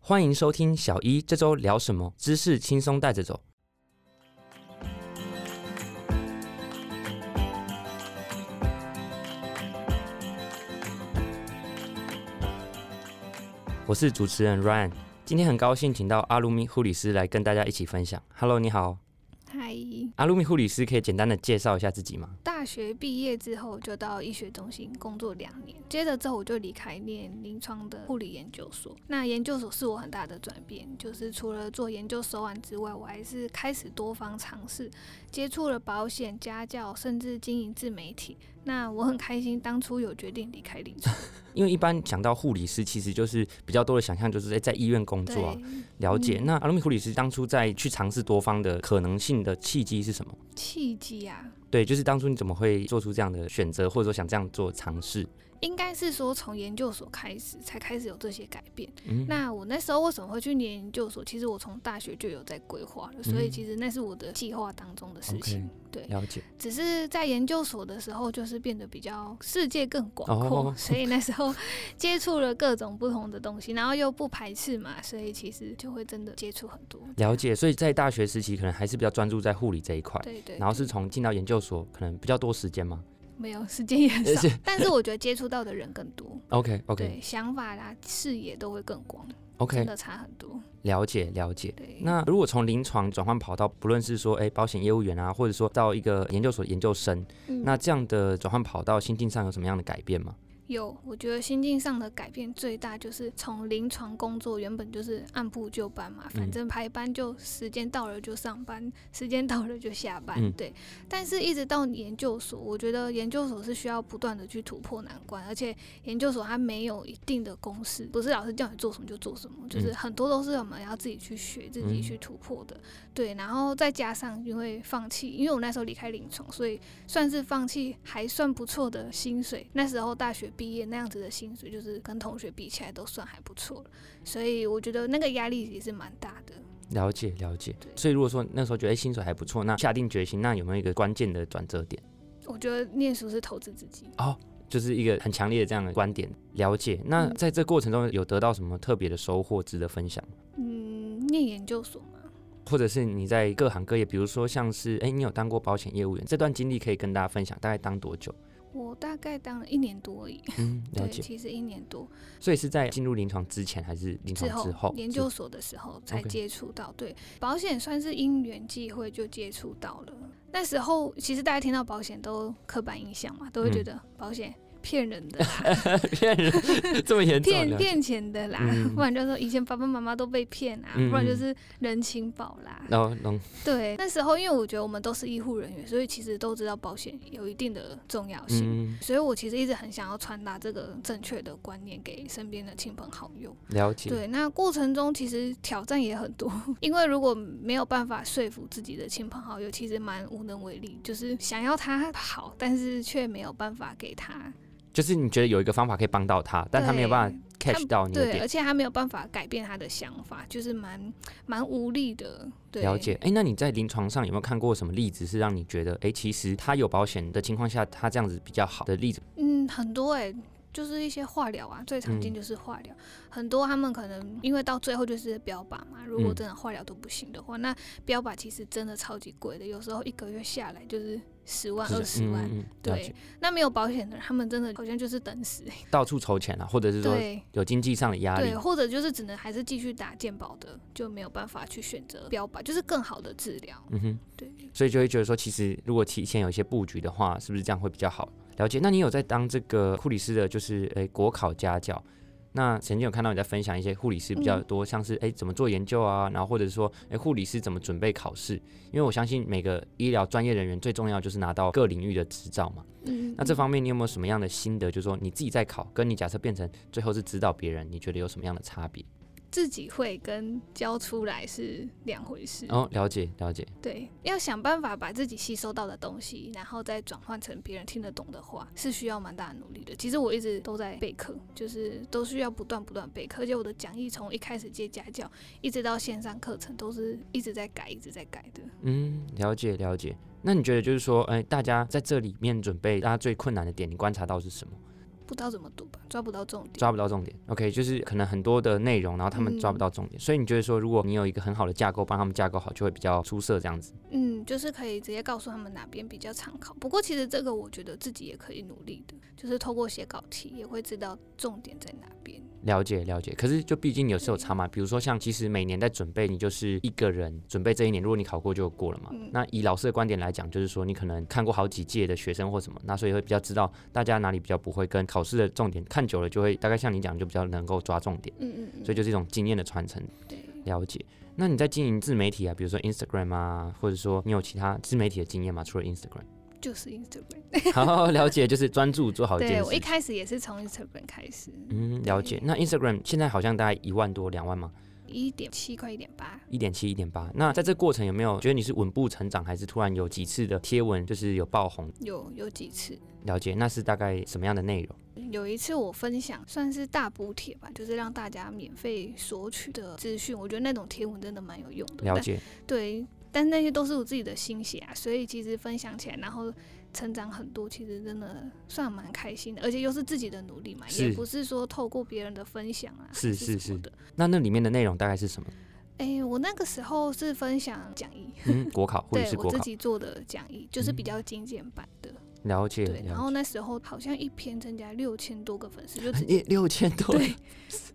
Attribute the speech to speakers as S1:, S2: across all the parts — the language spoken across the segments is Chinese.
S1: 欢迎收听小一这周聊什么，知识轻松带着走。我是主持人 Ryan，今天很高兴请到阿鲁米护理师来跟大家一起分享。Hello，你好，
S2: 嗨，
S1: 阿鲁米护理师，可以简单的介绍一下自己吗？
S2: 大学毕业之后就到医学中心工作两年，接着之后我就离开念临床的护理研究所。那研究所是我很大的转变，就是除了做研究手腕之外，我还是开始多方尝试，接触了保险、家教，甚至经营自媒体。那我很开心，当初有决定离开临床。
S1: 因为一般想到护理师，其实就是比较多的想象，就是诶在医院工作、啊
S2: 对。，
S1: 了解。
S2: 嗯
S1: 那阿鲁米护理师当初在去尝试多方的可能性的契机是什么？
S2: 契机啊，
S1: 对，就是当初你怎么会做出这样的选择，或者说想这样做尝试？
S2: 应该是说从研究所开始才开始有这些改变。
S1: 嗯，
S2: 那我那时候为什么会去念研究所？其实我从大学就有在规划了，所以
S1: 嗯
S2: 其实那是我的计划当中的事
S1: OK
S2: 情。对，
S1: 了解。
S2: 只是在研究所的时候，就是变得比较世界更广阔，
S1: 哦
S2: 所以那时候接触了各种不同的东西，然后又不排斥嘛，所以其实就会真的接触很多。
S1: 了解，所以在大学时期可能还是比较专注在护理这一块，
S2: 对对对，
S1: 然后是从进到研究所可能比较多时间吗
S2: 没有时间也 很
S1: 是
S2: 少，但是我觉得接触到的人更 多，
S1: ？OK OK
S2: 对想法啦、视野都会更广，真
S1: OK，
S2: 的差很多。
S1: 了解了解。
S2: 对，
S1: 那如果从临床转换跑道，不论是说诶保险业务员啊，或者说到一个研究所研究生，
S2: 嗯
S1: 那这样的转换跑道心境上有什么样的改变吗？
S2: 有，我觉得心境上的改变最大就是从临床工作原本就是按部就班嘛，反
S1: 嗯
S2: 正排班就时间到了就上班，时间到了就下班，
S1: 嗯
S2: 对。但是一直到研究所，我觉得研究所是需要不断的去突破难关，而且研究所它没有一定的公式，不是老师叫你做什么就做什么，就是
S1: 嗯
S2: 很多都是我们要自己去学、自己
S1: 嗯
S2: 去突破的，对。然后再加上因为放弃，因为我那时候离开临床，所以算是放弃还算不错的薪水。那时候大学毕业那样子的薪水，就是跟同学比起来都算还不错了。所以我觉得那个压力也是蛮大的。
S1: 了解了解
S2: 对。
S1: 所以如果说那时候觉得诶哎薪水还不错，那下定决心，那有没有一个关键的转折点？
S2: 我觉得念书是投资自己。
S1: 就是一个很强烈的这样的观点，了解。那
S2: 嗯
S1: 在这过程中有得到什么特别的收获，值得分享吗？
S2: 嗯，念研究所嘛，
S1: 或者是你在各行各业，比如说像是哎，诶你有当过保险业务员，这段经历可以跟大家分享，大概当多 久？
S2: 我大概当了一年多而已。
S1: 嗯，了
S2: 对，
S1: 解。
S2: 其实一年多
S1: 所以是在进入临床之前，还是临床
S2: 之
S1: 之后？
S2: 后，研究
S1: 是
S2: 所的时候才
S1: OK
S2: 接触到。对，保险算是因缘际会就接触到了。那时候其实大家听到保险都刻板印象嘛，都会
S1: 嗯
S2: 觉得保险骗人的啦。
S1: 骗人 这么严重？
S2: 骗
S1: 了解
S2: 骗钱的啦，
S1: 嗯
S2: 不然就是说以前爸爸妈妈都被骗啊，
S1: 嗯
S2: 不然就是人情保啦。
S1: 然后能
S2: 对，那时候因为我觉得我们都是医护人员，所以其实都知道保险有一定的重要性。
S1: 嗯，
S2: 所以我其实一直很想要传达这个正确的观念给身边的亲朋好友。
S1: 了解。
S2: 对，那过程中其实挑战也很多， 因为如果没有办法说服自己的亲朋好友，其实蛮无能为力，就是想要他好，但是却没有办法给他
S1: 就是你觉得有一个方法可以帮到他，但他没有办法
S2: 对
S1: catch 到你的
S2: 对，
S1: 点
S2: 而。且他没有办法改变他的想法，就是蛮蛮无力的。对，
S1: 了解，。哎，那你在临床上有没有看过什么例子是让你觉得，哎，其实他有保险的情况下，他这样子比较好的例子？
S2: 嗯，很多哎、就是一些化疗啊，最常见
S1: 嗯
S2: 就是化疗。很多他们可能因为到最后就是标靶嘛，如果
S1: 嗯
S2: 真的化疗都不行的话，那标靶其实真的超级贵的，有时候一个月下来就是十万、
S1: 就
S2: 呃二
S1: 是
S2: 十
S1: 嗯
S2: 万。
S1: 嗯嗯了
S2: 对
S1: 解，，
S2: 那没有保险的人，他们真的好像就是等死欸、
S1: 到处筹钱啊，或者是说
S2: 对，
S1: 有经济上的压力
S2: 对，。或者就是只能还是继续打健保的，就没有办法去选择标靶，就是更好的治疗。
S1: 嗯哼，
S2: 对，
S1: 所以就会觉得说，其实如果提前有一些布局的话，是不是这样会比较好？了解。那你有在当这个护理师的，就是诶国考家教？那曾经有看到你在分享一些护理师比
S2: 嗯
S1: 较多，像是诶怎么做研究啊，然后或者说诶护理师怎么准备考试？因为我相信每个医疗专业人员最重要就是拿到各领域的执照嘛。
S2: 嗯，
S1: 那这
S2: 嗯
S1: 方面你有没有什么样的心得？就是说你自己在考，跟你假设变成最后是指导别人，你觉得有什么样的差别？
S2: 自己会跟教出来是两回事。
S1: 哦，了解了解，
S2: 对，要想办法把自己吸收到的东西，然后再转换成别人听得懂的话，是需要蛮大的努力的。其实我一直都在备课，就是都需要不断不断备课，而且我的讲义从一开始接家教，一直到线上课程，都是一直在改，一直在改的。
S1: 嗯，了解了解。那你觉得就是说，哎、大家在这里面准备，大家最困难的点，你观察到是什么？
S2: 不知道怎么读吧，抓不到重点。
S1: 抓不到重点。OK，就是可能很多的内容，然后他们抓不到重点，所以你觉得说，如果你有一个很好的架构，帮他们架构好，就会比较出色这样子。
S2: 嗯，就是可以直接告诉他们哪边比较常考。不过其实这个我觉得自己也可以努力的，就是透过写稿题也会知道重点在哪边。
S1: 了解了解，可是就毕竟有是有差嘛，比如说像其实每年在准备，你就是一个人准备这一年，如果你考过就过了嘛。
S2: 嗯
S1: 那以老师的观点来讲，就是说你可能看过好几届的学生或什么，那所以会比较知道大家哪里比较不会，跟考试的重点看久了就会大概像你讲就比较能够抓重点，
S2: 嗯嗯嗯，
S1: 所以就是一种经验的传承。
S2: 对。
S1: 了解。那你在经营自媒体啊，比如说 Instagram 啊，或者说你有其他自媒体的经验吗？除了 Instagram，
S2: 就是 Instagram，
S1: 好了解，哦就是专注做好一件
S2: 对
S1: 事。
S2: 我一开始也是从 Instagram 开始，
S1: 嗯，了解。那 Instagram 现在好像大概一万多、两万吗？
S2: 一点七快一点八，
S1: 一点七、一点八。那在这过程有没有觉得你是稳步成长，还是突然有几次的贴文就是有爆红？
S2: 有有几次。
S1: 了解，那是大概什么样的内容？
S2: 有一次我分享算是大补帖吧，就是让大家免费索取的资讯，我觉得那种贴文真的蛮有用的。
S1: 了解，
S2: 但对，但那些都是我自己的心血啊，所以其实分享起来，然后成长很多，其实真的算蛮开心的，而且又是自己的努力嘛，
S1: 是
S2: 也不是说透过别人的分享啊，
S1: 是
S2: 还是
S1: 是
S2: 什么的。
S1: 那那里面的内容大概是什么？
S2: 哎、我那个时候是分享讲义，
S1: 嗯，国考或者
S2: 对
S1: 是
S2: 我
S1: 国
S2: 自
S1: 考？
S2: 己做的讲义，就是比
S1: 嗯
S2: 较精简版的。
S1: 了解，
S2: 对，然
S1: 了
S2: 后那时候好像一篇增加六千多个粉 丝，就直
S1: 解。也啊六千多，
S2: 对，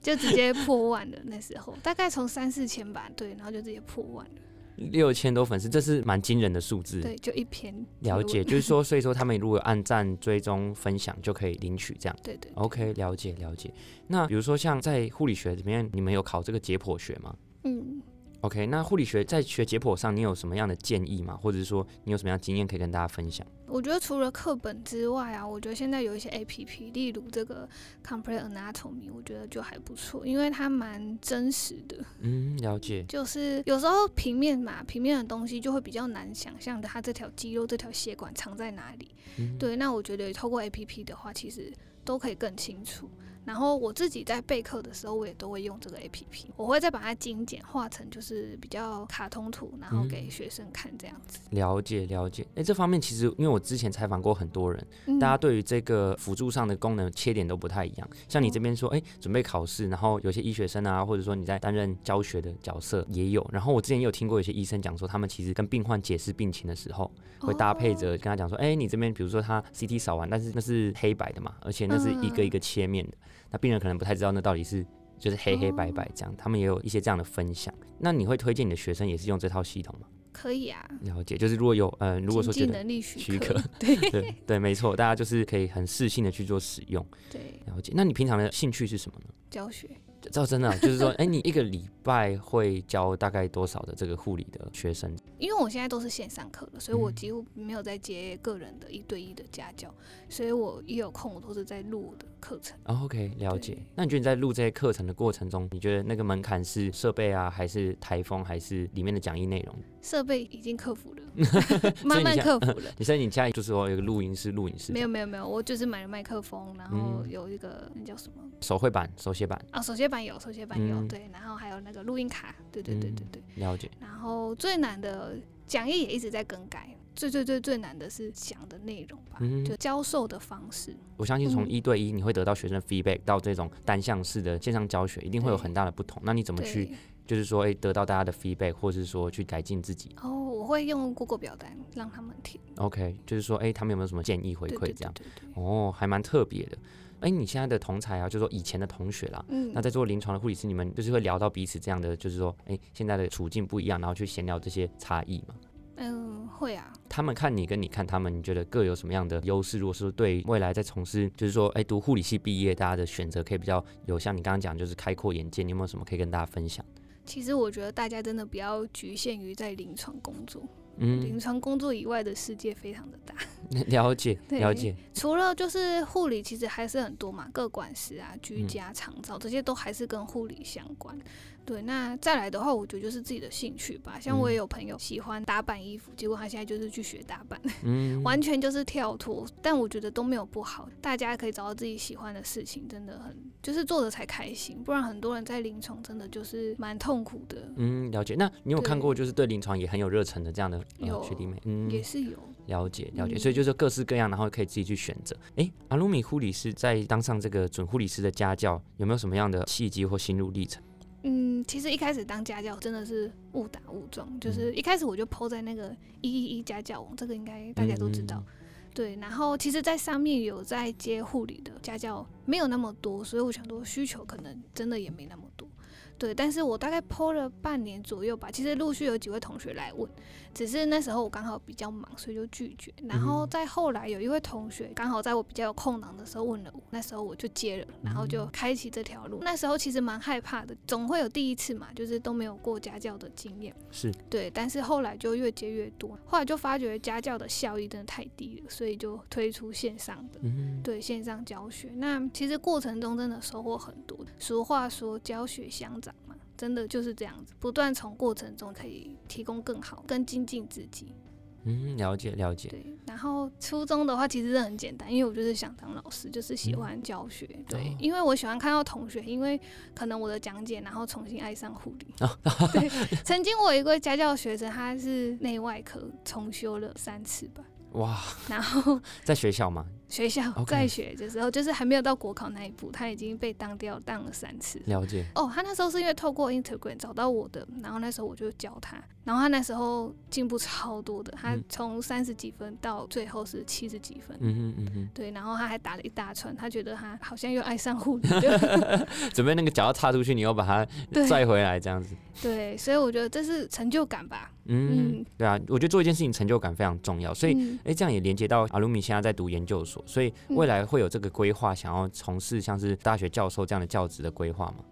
S2: 就直接破万了。那时候大概从三四千吧，对，然后就直接破万了。
S1: 六千多粉丝，这是蛮惊人的数字。
S2: 对，就一篇贴
S1: 了
S2: 文
S1: 解，就是说，所以说他们如果有按赞、追踪、分享就可以领取这样。
S2: 对对
S1: OK，了解了解。那比如说像在护理学里面，你们有考这个解剖学吗
S2: 嗯，
S1: ？OK，那护理学在学解剖上，你有什么样的建议吗？或者是说你有什么样的经验可以跟大家分享？
S2: 我觉得除了课本之外啊，我觉得现在有一些 A P P，例如这个 Complete Anatomy，我觉得就还不错，因为它蛮真实的。
S1: 嗯，了解。
S2: 就是有时候平面嘛，平面的东西就会比较难想象它这条肌肉、这条血管藏在哪里。
S1: 嗯，
S2: 对，那我觉得透过 A P P 的话，其实都可以更清楚。然后我自己在备课的时候，我也都会用这个 A P P，我会再把它精简化成就是比较卡通图，然后给
S1: 嗯
S2: 学生看这样子。
S1: 了解了解。哎、这方面其实因为我之前采访过很多人，
S2: 嗯
S1: 大家对于这个辅助上的功能切点都不太一样。像你
S2: 哦
S1: 这边说，哎、准备考试，然后有些医学生啊，或者说你在担任教学的角色也有。然后我之前也有听过有些医生讲说，他们其实跟病患解释病情的时候，会搭配着
S2: 哦
S1: 跟他讲说，哎、你这边比如说他 CT 扫完，但是那是黑白的嘛，而且那是一个一个切面的，那病人可能不太知道那到底是。就是黑黑白白这样，他们也有一些这样的分享。那你会推荐你的学生也是用这套系统吗？
S2: 可以啊。
S1: 了解，就是如果有，嗯、如果
S2: 经
S1: 说
S2: 济
S1: 觉得
S2: 能力
S1: 许
S2: 许
S1: 可， 对对，没错，大家就是可以很适性的去做使用。
S2: 对
S1: 了解。那你平常的兴趣是什么呢？
S2: 教学，
S1: 照真的啊、就是说，哎、你一个礼拜会教大概多少的这个护理的学生？
S2: 因为我现在都是线上课了，所以我
S1: 嗯
S2: 几乎没有在接个人的一对一的家教，所以我一有空我都是在录我的课程。
S1: 哦 OK，了解
S2: 对。
S1: 那你觉得你在录这些课程的过程中，你觉得那个门槛是设备啊，还是台风，还是里面的讲义内容？，
S2: 设备已经克服了 慢慢
S1: 现在
S2: 克服了。
S1: 你说你家里就是说有个录音室，录音室
S2: 没有没有没有，我就是买了麦克风，然后
S1: 嗯
S2: 有一个那叫什么
S1: 手绘版、手写版，
S2: 哦，手写板有，手写板有，
S1: 嗯
S2: 对，然后还有那个录音卡，对对对对对。
S1: 了解。
S2: 然后最难的讲义也一直在更改，最最最最难的是讲的内容吧，
S1: 嗯
S2: 就教授的方式，
S1: 我相信从
S2: 嗯
S1: 一对一，你会得到学生的 feedback，到这种单向式的线上教学，一定会有
S2: 对
S1: 很大的不同。那你怎么去，
S2: 对。
S1: 就是说，哎、得到大家的 feedback，或是说去改进自己
S2: 哦，我会用 Google 表单让他们填，
S1: ？OK，就是说，哎、他们有没有什么建议回
S2: 对
S1: 馈
S2: 对
S1: 这
S2: 对
S1: 样？
S2: 对对。
S1: 哦，还蛮特别的。哎、你现在的同才啊，就是说以前的同学啦，
S2: 嗯，
S1: 那在做临床的护理师，你们就是会聊到彼此这样的，就是说，哎、现在的处境不一样，然后去闲聊这些差异嘛。
S2: 嗯会啊，
S1: 他们看你跟你看他们，你觉得各有什么样的优势？如果说对未来在从事，就是说，哎、读护理系毕业，大家的选择可以比较有像你刚刚讲，就是开阔眼界。你有没有什么可以跟大家分享？
S2: 其实我觉得大家真的不要局限于在临床工作，临
S1: 嗯，
S2: 床工作以外的世界非常的大。
S1: 了解，
S2: 对
S1: 了 解，
S2: 除了就是护理，其实还是很多嘛，各管师啊、居
S1: 嗯
S2: 家长照这些都还是跟护理相关。对，那再来的话，我觉得就是自己的兴趣吧。像
S1: 嗯
S2: 我也有朋友喜欢打扮衣服，结果他现在就是去学打扮，
S1: 嗯，
S2: 完全就是跳脱。但我觉得都没有不好，大家可以找到自己喜欢的事情，真的很就是做的才开心。不然很多人在临床真的就是蛮痛苦的，
S1: 嗯，了解。那你有看
S2: 对
S1: 过就是对临床也很有热忱的这样的、呃、
S2: 有
S1: 学弟妹？嗯，
S2: 也是有。
S1: 了解了解，
S2: 嗯
S1: 所以就是各式各样，然后可以自己去选择。诶，阿鲁米护理师在当上这个准护理师的家教，有没有什么样的契机或心路历程？
S2: 嗯，其实一开始当家教真的是误打误撞，就是一开始我就 PO 在那个一一一家教网，这个应该大家都知道。对，然后其实，在上面有在接护理的家教没有那么多，所以我想说需求可能真的也没那么多。对，但是我大概剖了半年左右吧，其实陆续有几位同学来问，只是那时候我刚好比较忙，所以就拒绝。然后
S1: 嗯
S2: 再后来有一位同学刚好在我比较有空档的时候问了我，那时候我就接了，然后就开启这条路。那时候其实蛮害怕的，总会有第一次嘛，就是都没有过家教的经验。
S1: 嗯是
S2: 对，但是后来就越接越多，后来就发觉家教的效益真的太低了，所以就推出线上的。
S1: 嗯
S2: 对线上教学，那其实过程中真的收获很多。俗话说教学相长嘛，真的就是这样子，不断从过程中可以提供更好、更精进自己。
S1: 嗯，了解了解。
S2: 对，然后初中的话其实真的很简单，因为我就是想当老师，就是喜欢教学。对
S1: 嗯哦，
S2: 因为我喜欢看到同学，因为可能我的讲解，然后重新爱上护理。
S1: 哦
S2: 对，曾经我有一个家教学生，他是内外科重修了三次吧，
S1: 哇，
S2: 然后
S1: 在学校嘛，
S2: 学校
S1: OK
S2: 在学的时候，就是还没有到国考那一步，他已经被当掉当了三次。
S1: 了解。
S2: 哦，他那时候是因为透过 Instagram 找到我的，然后那时候我就教他，然后他那时候进步超多的，他
S1: 嗯
S2: 从三十几分到最后是七十几分。
S1: 嗯哼嗯
S2: 对，然后他还打了一大串，他觉得他好像又爱上护理 了，
S1: 哼，准备那个脚要踏出去，你又把它
S2: 嗯对
S1: 拽回来，这样子。
S2: 对，所以我觉得这是成就感吧。
S1: 嗯
S2: 嗯，
S1: 对啊，我觉得做一件事情成就感非常重要，所以
S2: 嗯
S1: 哎、这样也连接到阿鲁米现在在读研究所，所以未
S2: 嗯
S1: 来会有这个规划，想要从事像是大学教授这样的教职的规划嘛？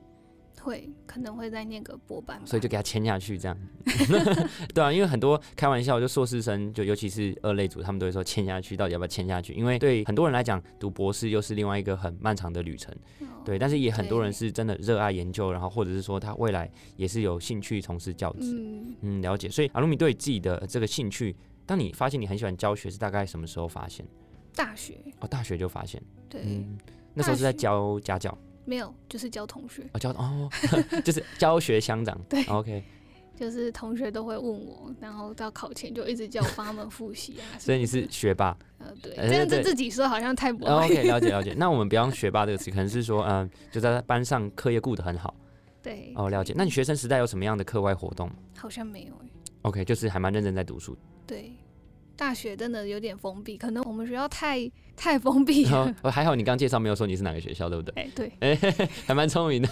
S2: 会可能会再念个博班吧，
S1: 所以就给他签下去，这样。 对啊，因为很多开玩笑，就硕士生，就尤其是二类组，他们都会说签下去，到底要不要签下去？因为对很多人来讲，读博士又是另外一个很漫长的旅程，
S2: 哦
S1: 对。但是也很多人
S2: 对
S1: 是真的热爱研究，然后或者是说他未来也是有兴趣从事教职。
S2: 嗯，
S1: 嗯，了解。所以阿鲁米对自己的这个兴趣，当你发现你很喜欢教学，是大概什么时候发现？
S2: 大学
S1: 哦，大学就发现。
S2: 对、
S1: 嗯，那时候是在
S2: 呃大学
S1: 教家教
S2: 没有，就是教同学，
S1: 哦，教哦， 就是教学相长。
S2: 对
S1: ，OK，
S2: 就是同学都会问我，然后到考前就一直叫我帮他们复习啊什么的。
S1: 所以你是学霸。
S2: 呃对，
S1: 呃
S2: 这样
S1: 对
S2: 子自己说好像太不
S1: 哦
S2: 好。
S1: OK，了解了解。那我们不要用学霸这个词，可能是说，嗯、就在班上课业顾得很好。
S2: 对，
S1: 哦，了解。那你学生时代有什么样的课外活动吗
S2: 好像没有哎。
S1: ？OK，就是还蛮认真在读书。
S2: 对，大学真的有点封闭，可能我们学校太太封闭
S1: 然后
S2: 了。
S1: 哦还好你刚介绍没有说你是哪个学校，对不对？
S2: 哎、对，
S1: 哎、还蛮聪明的。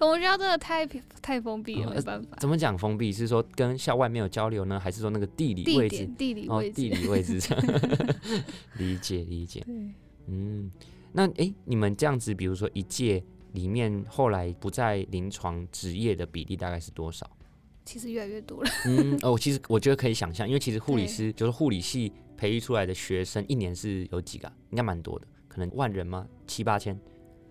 S2: 我们学校真的太太封 闭了，
S1: 哦
S2: 没办法。
S1: 怎么讲封闭？是说跟校外没有交流呢，还是说那个地理
S2: 地
S1: 位置
S2: 点、？地理
S1: 哦，
S2: 位置，
S1: 地理位置这样。 理解理解。
S2: 对，
S1: 嗯，那诶，你们这样子，比如说一届里面后来不在临床职业的比例大概是多少？
S2: 其实越来越多了。
S1: 嗯，哦，其实我觉得可以想象，因为其实护理
S2: 对
S1: 师就是护理系培育出来的学生，一年是有几个啊、应该蛮多的，可能万人吗？七八千，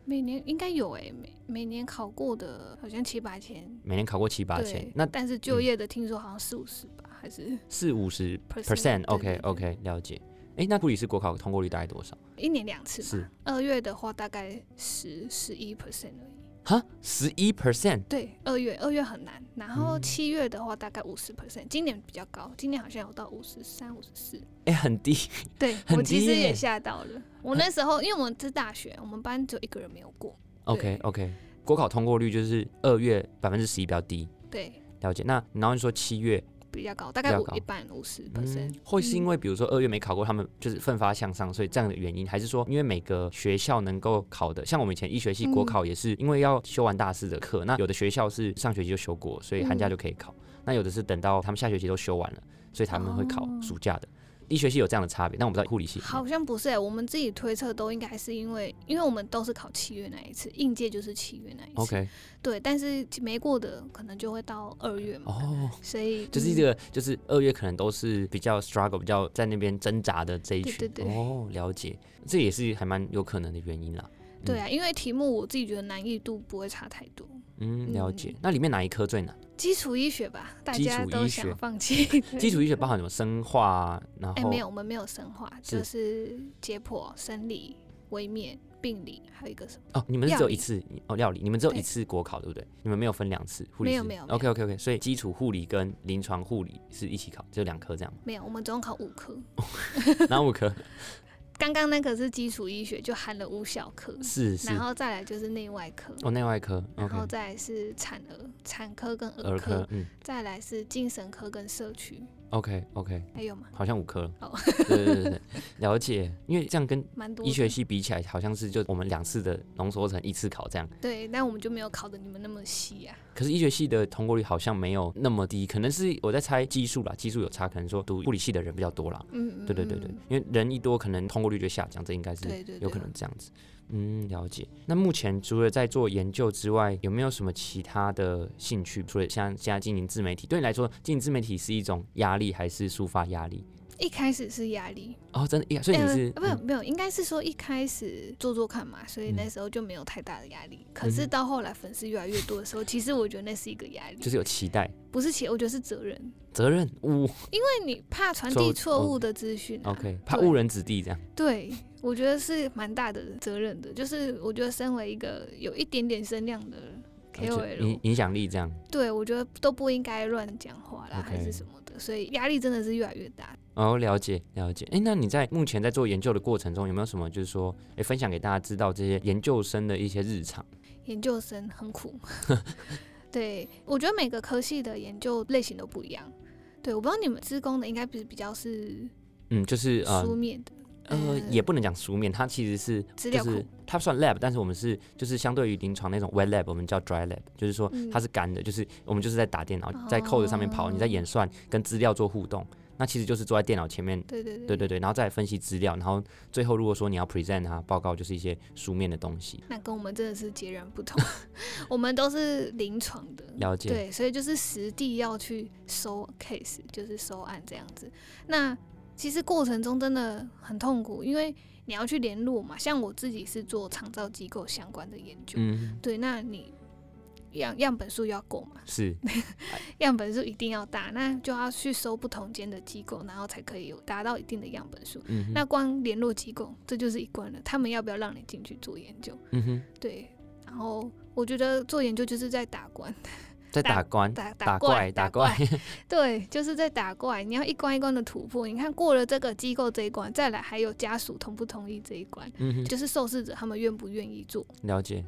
S2: 每年应该有哎、每每年考过的好像七八千，
S1: 每年考过七八千
S2: 对，，
S1: 那嗯
S2: 但是就业的听说好像四五十吧，还是
S1: 四五十
S2: percent，
S1: percent，OK
S2: 对对
S1: OK，了解。诶，那护理师国考通过率大概多少？
S2: 一年两次吧。
S1: 是
S2: 二月的话大概十十一 percent 而已。
S1: 哈，十一 percent，
S2: 对，二月二月很难，然后
S1: 嗯
S2: 七月的话大概五十 percent，今年比较高，今年好像有到五十三、五十四。
S1: 诶，很低，
S2: 对
S1: 很
S2: 我其
S1: 低
S2: 实
S1: 耶
S2: 也吓到了，我那时候因为我们是大学，我们班只有一个人没有过。
S1: OK OK，国考通过率就是二月百分之十一比较低，
S2: 对，
S1: 了解。那然后你说七月，
S2: 比较高，大
S1: 比
S2: 概
S1: 较
S2: 五
S1: 高
S2: 一半五十 percent
S1: 嗯。，会是因
S2: 嗯
S1: 为比如说二月没考过，他们就是奋发向上，所以这样的原因，还是说因为每个学校能够考的，像我们以前医学系国
S2: 嗯
S1: 考也是因为要修完大四的课，那有的学校是上学期就修过，所以寒假
S2: 嗯
S1: 就可以考，那有的是等到他们下学期都修完了，所以他们会考
S2: 哦
S1: 暑假的。医学系有这样的差别，但我不知道护理系有没有
S2: 好像不是、欸，我们自己推测都应该是因为，因为我们都是考七月那一次，应届就是七月那一次。
S1: OK
S2: 对，但是没过的可能就会到二月嘛，
S1: 哦，
S2: 所以
S1: 就是
S2: 嗯
S1: 这个，就是二月可能都是比较 struggle、比较在那边挣扎的这一
S2: 对
S1: 群。
S2: 对对
S1: 哦，了解，这也是还蛮有可能的原因啦。
S2: 对啊，因为题目我自己觉得难易度不会差太多，
S1: 嗯，了解。
S2: 嗯
S1: 那里面哪一科最难？
S2: 基础医学吧，大
S1: 基础
S2: 家都
S1: 医学
S2: 想 放弃对
S1: 基础医学包含什么？生化啊，然
S2: 哎、
S1: 后
S2: 没有，我们没有生化，就是解剖、生理、微面、病理，还有一个什么？
S1: 哦，你们是
S2: 料
S1: 只有
S2: 理
S1: 一次哦，料理，你们只有
S2: 对
S1: 一次国考，对不对？你们没有分两次护理
S2: 没有
S1: 师
S2: 没有没有
S1: OK OK OK，所以基础护理跟临床护理是一起考，只有两科这样
S2: ？
S1: 吗
S2: 没有，我们总共考五科。
S1: 哪五科？
S2: 刚刚那个是基础医学，就含了五小科，
S1: 是是
S2: 然后再来就是内外科，
S1: 哦，内外科
S2: 然
S1: OK，
S2: 后再来是产儿、产科跟儿
S1: 儿
S2: 科，
S1: 科嗯
S2: 再来是精神科跟社区，
S1: OK OK，
S2: 还有吗？
S1: 好像五科了。
S2: 哦
S1: 对对对对，了解，因为这样跟
S2: 蛮多的
S1: 医学系比起来，好像是就我们两次的浓缩成一次考这样。
S2: 对，但我们就没有考的你们那么细啊。
S1: 可是医学系的通过率好像没有那么低，可能是我在猜基数啦，基数有差，可能说读护理系的人比较多啦。
S2: 嗯，嗯
S1: 对对对对
S2: 嗯，
S1: 因为人一多，可能通过率就下降，这应该是
S2: 对对，啊
S1: 有可
S2: 对
S1: 能这样子。嗯，了解。那目前除了在做研究之外，有没有什么其他的兴趣？除了像现在经营自媒体，对你来说，经营自媒体是一种压力还是抒发压力？
S2: 一开始是压力，
S1: 哦，真的呀，所以你
S2: 呃
S1: 是、
S2: 不没有，应该是说一开始做做看嘛，所以
S1: 嗯
S2: 那时候就没有太大的压力。可是
S1: 嗯
S2: 到后来粉丝越来越多的时候，其实我觉得那是一个压力，
S1: 就是有期待、
S2: 不是起，我觉得是责任，因
S1: 责任、误、
S2: 为你怕传
S1: 错
S2: 递
S1: 误哦
S2: 错误的资讯、啊。
S1: OK，怕
S2: 对
S1: 误人子弟这样。
S2: 对，我觉得是蛮大的责任的，就是我觉得身为一个有一点点声量的
S1: 而且影
S2: KOL，
S1: 影响力这样。
S2: 对我觉得都不应该乱讲话啦
S1: OK
S2: 还是什么的，所以压力真的是越来越大。
S1: 哦，了解了解。诶，那你在目前在做研究的过程中，有没有什么就是说，诶，分享给大家知道这些研究生的一些日常？
S2: 研究生 很苦，对我觉得每个科系的研究类型都不一样。对，我不知道你们资工的应该不是比较是
S1: 嗯，就是呃
S2: 书面的，
S1: 呃，也不能讲书面，它其实是
S2: 嗯资
S1: 就
S2: 料库
S1: 是它算 lab，但是我们是就是相对于临床那种 wet lab，我们叫 dry lab，就是说
S2: 嗯哦
S1: 它是干的，就是我们就是在打电脑，在 code 上面跑，你在演算跟资料做互动，那其实就是坐在电脑前面。
S2: 对对对
S1: 对对对，然后再分析资料，然后最后如果说你要 present 啊，报告就是一些书面的东西，
S2: 那跟我们真的是截然 不同，我们都是临床的，
S1: 了解。
S2: 嗯对，所以就是实地要去收 case，就是收案这样子。那其实过程中真的很痛苦，因为你要去联络嘛。像我自己是做长照机构相关的研究，
S1: 嗯，
S2: 对，那你样样本数要够嘛，
S1: 是
S2: 样本数一定要大，那就要去收不同间的机构，然后才可以有达到一定的样本数。
S1: 嗯哼，
S2: 那光联络机构，这就是一关了，他们要不要让你进去做研究？
S1: 嗯哼，
S2: 对，然后我觉得做研究就是在打关。
S1: 在
S2: 打
S1: 打关
S2: 打
S1: 嗯打
S2: 怪
S1: 怪打怪，
S2: 对，就是在打怪，你要一关一关的突破。你看过了这个机构这一关，再来还有家属同不同意这一关，
S1: 嗯哼，
S2: 就是受试者他们愿不愿意做。
S1: 了解，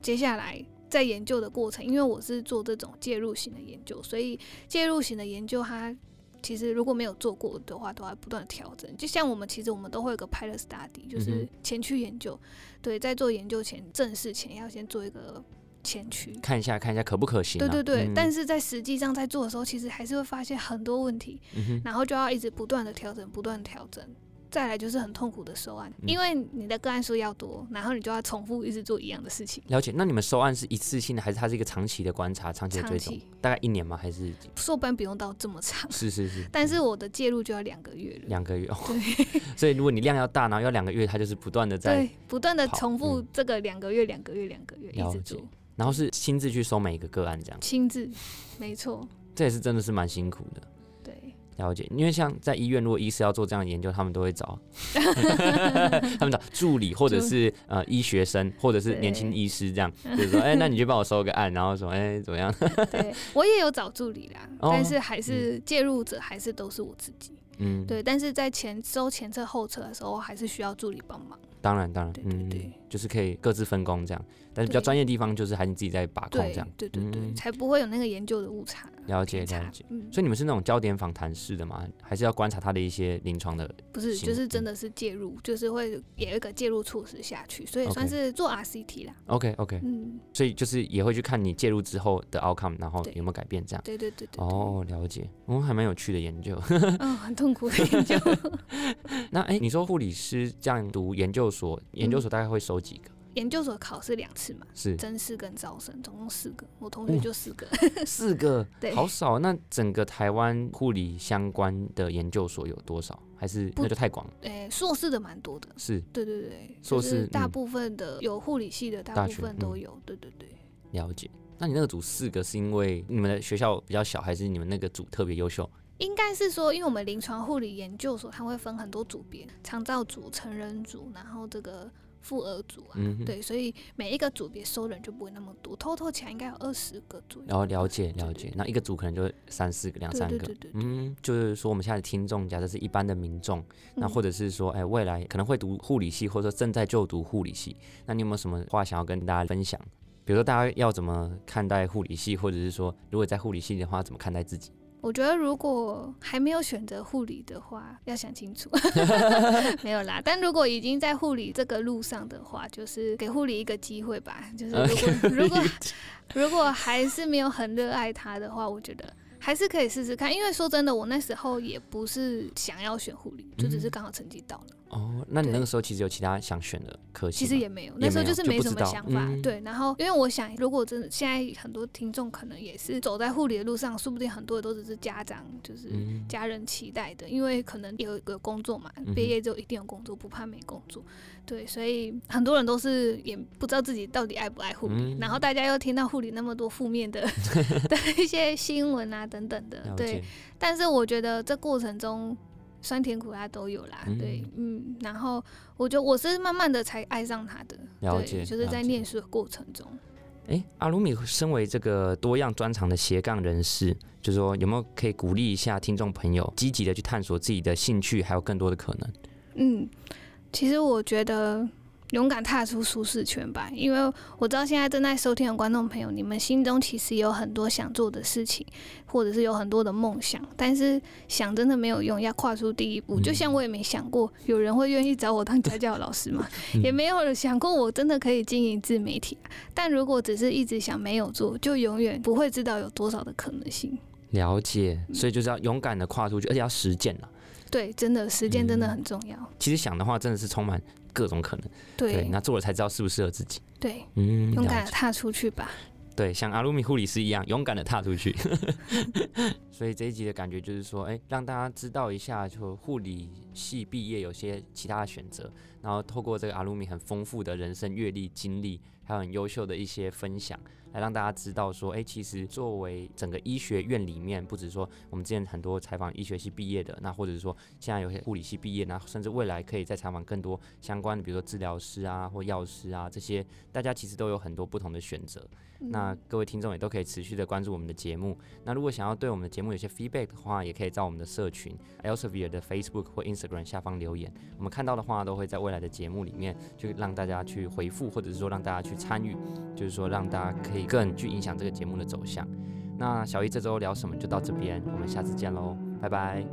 S2: 接下来在研究的过程，因为我是做这种介入型的研究，所以介入型的研究它。其实如果没有做过的话，都要不断地调整。就像我们其实我们都会有个 pilot study，就
S1: 嗯
S2: 是
S1: 哼
S2: 前驱研究。对，在做研究前，正式前要先做一个前驱。
S1: 看一下看一下可不可行啊、
S2: 对对对，
S1: 嗯
S2: 但是在实际上在做的时候，其实还是会发现很多问题。
S1: 嗯哼，
S2: 然后就要一直不断的调整，不断地调整。再来就是很痛苦的收
S1: 嗯
S2: 案，因为你的个案数要多，然后你就要重复一直做一样的事情，
S1: 了解。那你们收案是一次性的，还是它是一个长期的观察、长期的
S2: 长
S1: 追踪？
S2: 期
S1: 大概一年吗？还是
S2: 硕班不用到这么长，
S1: 是是是？
S2: 但是我的介入就要两个月了。
S1: 两个月哦， 所以如果你量要大，然后要两个月，它就是不断的在，
S2: 对，不断的
S1: 跑
S2: 重复
S1: 嗯
S2: 这个两个月、两个月、两个月，一
S1: 了
S2: 直
S1: 解
S2: 做，
S1: 然后是亲自去收每一个个案这样，
S2: 亲自，没错，
S1: 这也是真的是蛮辛苦的。
S2: 对，
S1: 了解，因为像在医院，如果医师要做这样的研究，他们都会 找， 他们找助理或者是呃医学生，或者是年轻
S2: 对
S1: 医师这样，就是 说，哎、那你去帮我收个案，然后说，哎、怎么样？
S2: 对我也有找助理啦，
S1: 哦
S2: 但是还是介入者还是都是我自己，
S1: 嗯，
S2: 对，但是在前收前测后测的时候，还是需要助理帮忙，
S1: 当然当然，
S2: 对对
S1: 嗯，
S2: 对
S1: 就是可以各自分工这样，但是比较
S2: 对
S1: 专业的地方就是还是你自己在把控
S2: 对
S1: 这样，，
S2: 对对对，
S1: 嗯
S2: 才不会有那个研究的误差。
S1: 了解
S2: 偏差
S1: 了解。
S2: 嗯，
S1: 所以你们是那种焦点访谈式的吗？还是要观察他的一些临床的？
S2: 不是，
S1: 行
S2: 就是真的是介入，就是会有一个介入措施下去，所以
S1: OK
S2: 算是做 RCT 啦。
S1: OK OK，
S2: 嗯，
S1: 所以就是也会去看你介入之后的 outcome，然后
S2: 对
S1: 有没有改变这样。
S2: 对对对对对，
S1: 哦，了解，哦，还蛮有趣的研 究。
S2: 嗯，很痛苦的研究。
S1: 那哎、你说护理师这样读研究
S2: 嗯
S1: 所，研究所大概会收几个？
S2: 研究所考试两次嘛，
S1: 是
S2: 真试跟招生，总共四个，我同
S1: 哦
S2: 学就 四个。，
S1: 四个
S2: 对
S1: 好少啊。那整个台湾护理相关的研究所有多少？还是
S2: 不
S1: 那就太广了？
S2: 诶，硕士的蛮多的，
S1: 是
S2: 对对对，
S1: 硕
S2: 就
S1: 士
S2: 是大
S1: 嗯
S2: 部分的有护理系的，大
S1: 大
S2: 部
S1: 学
S2: 分
S1: 嗯
S2: 都有。对对对，
S1: 了解。那你那个组四个是因为你们的学校比较小，还是你们那个组特别优秀？
S2: 应该是说，因为我们临床护理研究所它会分很多组别，长照组、成人组，然后这个副二组啊，
S1: 嗯哼，
S2: 对，所以每一个组别收人就不会那么多，偷偷起来应该有二十个左右。
S1: 然后了解
S2: 对
S1: 了解，那一个组可能就三四哦个、两
S2: 对
S1: 三
S2: 对
S1: 个
S2: 对。对对，
S1: 嗯，就是说我们现在的听众，假设是一般的民众，那
S2: 嗯
S1: 或者是说，哎，未来可能会读护理系，或者说正在就读护理系，那你有没有什么话想要跟大家分享？比如说，大家要怎么看待护理系，或者是说，如果在护理系的话，怎么看待自己？
S2: 我觉得如果还没有选择护理的话，要想 清楚，没有啦。但如果已经在护理这个路上的话，就是给护理一个机会吧。就是 如果如果如果还是没有很热爱它的话，我觉得。还是可以试试看，因为说真的，我那时候也不是想要选护理，就只是
S1: 嗯
S2: 刚好成绩到了。
S1: 哦，那你
S2: 对
S1: 那个时候其实有其他想选的科系
S2: 其
S1: 吗？
S2: 实也没有，
S1: 也
S2: 那时
S1: 没
S2: 候就
S1: 有
S2: 是
S1: 就
S2: 没
S1: 不
S2: 什
S1: 知
S2: 么
S1: 道
S2: 想法。
S1: 嗯
S2: 对，然后因为我想，如果真的现在很多听众可能也是走在护理的路上，说不定很多都只是家长就是
S1: 嗯
S2: 家人期待的，因为可能有一个工作嘛
S1: 哼，
S2: 毕业之后一定有工作，不怕没工作。对，所以很多人都是也不知道自己到底爱不爱护理，
S1: 嗯
S2: 然后大家又听到护理那么多 负面的的一些新闻啊等等的
S1: 了，
S2: 对，
S1: 解，
S2: 但是我觉得这过程中酸甜苦辣都有啦，
S1: 嗯
S2: 对，嗯，然后我觉得我是慢慢的才爱上他的，
S1: 了
S2: 对，
S1: 解
S2: 就是
S1: 了
S2: 在
S1: 解
S2: 念书的过程中，
S1: 哎，阿鲁米身为这个多样专长的斜杠人士，就说有没有可以鼓励一下听众朋友，积极的去探索自己的兴趣，还有更多的可能？
S2: 嗯，其实我觉得。勇敢踏出舒适圈吧，因为我知道现在正在收听的观众朋友，你们心中其实有很多想做的事情，或者是有很多的梦想，但是想真的没有用，要跨出第一步。就
S1: 嗯
S2: 像我也没想过有人会愿意找我当家教老师嘛，
S1: 嗯
S2: 也没有想过我真的可以经营自媒体啊。但如果只是一直想没有做，就永远不会知道有多少的可能性。
S1: 了解，所以就是要勇敢的跨出去，而且要实践了。
S2: 对，真的时间
S1: 嗯
S2: 真的很重要。
S1: 其实想的话，真的是充满各种可能。对，
S2: 对
S1: 那做了才知道适不适合自己。
S2: 对，
S1: 嗯，
S2: 勇
S1: 了
S2: 敢的
S1: 解。
S2: 踏出去吧。
S1: 对，像阿鲁米护理师一样，勇敢的踏出去。 所以这一集的感觉就是说，哎、让大家知道一下，就护理系毕业有些其他的选择，然后透过这个阿鲁米很丰富的人生阅历、经历，还有很优秀的一些分享，来让大家知道说，哎、其实作为整个医学院里面，不止说我们之前很多采访医学系毕业的，那或者是说现在有些护理系毕业，那甚至未来可以再采访更多相关的，比如说治疗师啊或药师啊这些，大家其实都有很多不同的选择。那
S2: 嗯
S1: 各位听众也都可以持续的关注我们的节目。那如果想要对我们的节目有些 feedback 的话，也可以在我们的社群 Elsevier 的 Facebook 或 Instagram 下方留言，我们看到的话都会在未来的节目里面去让大家去回复，或者是说让大家去参与，就是说让大家可以更去影响这个节目的走向。那小一这周聊什么就到这边，我们下次见喽，拜拜。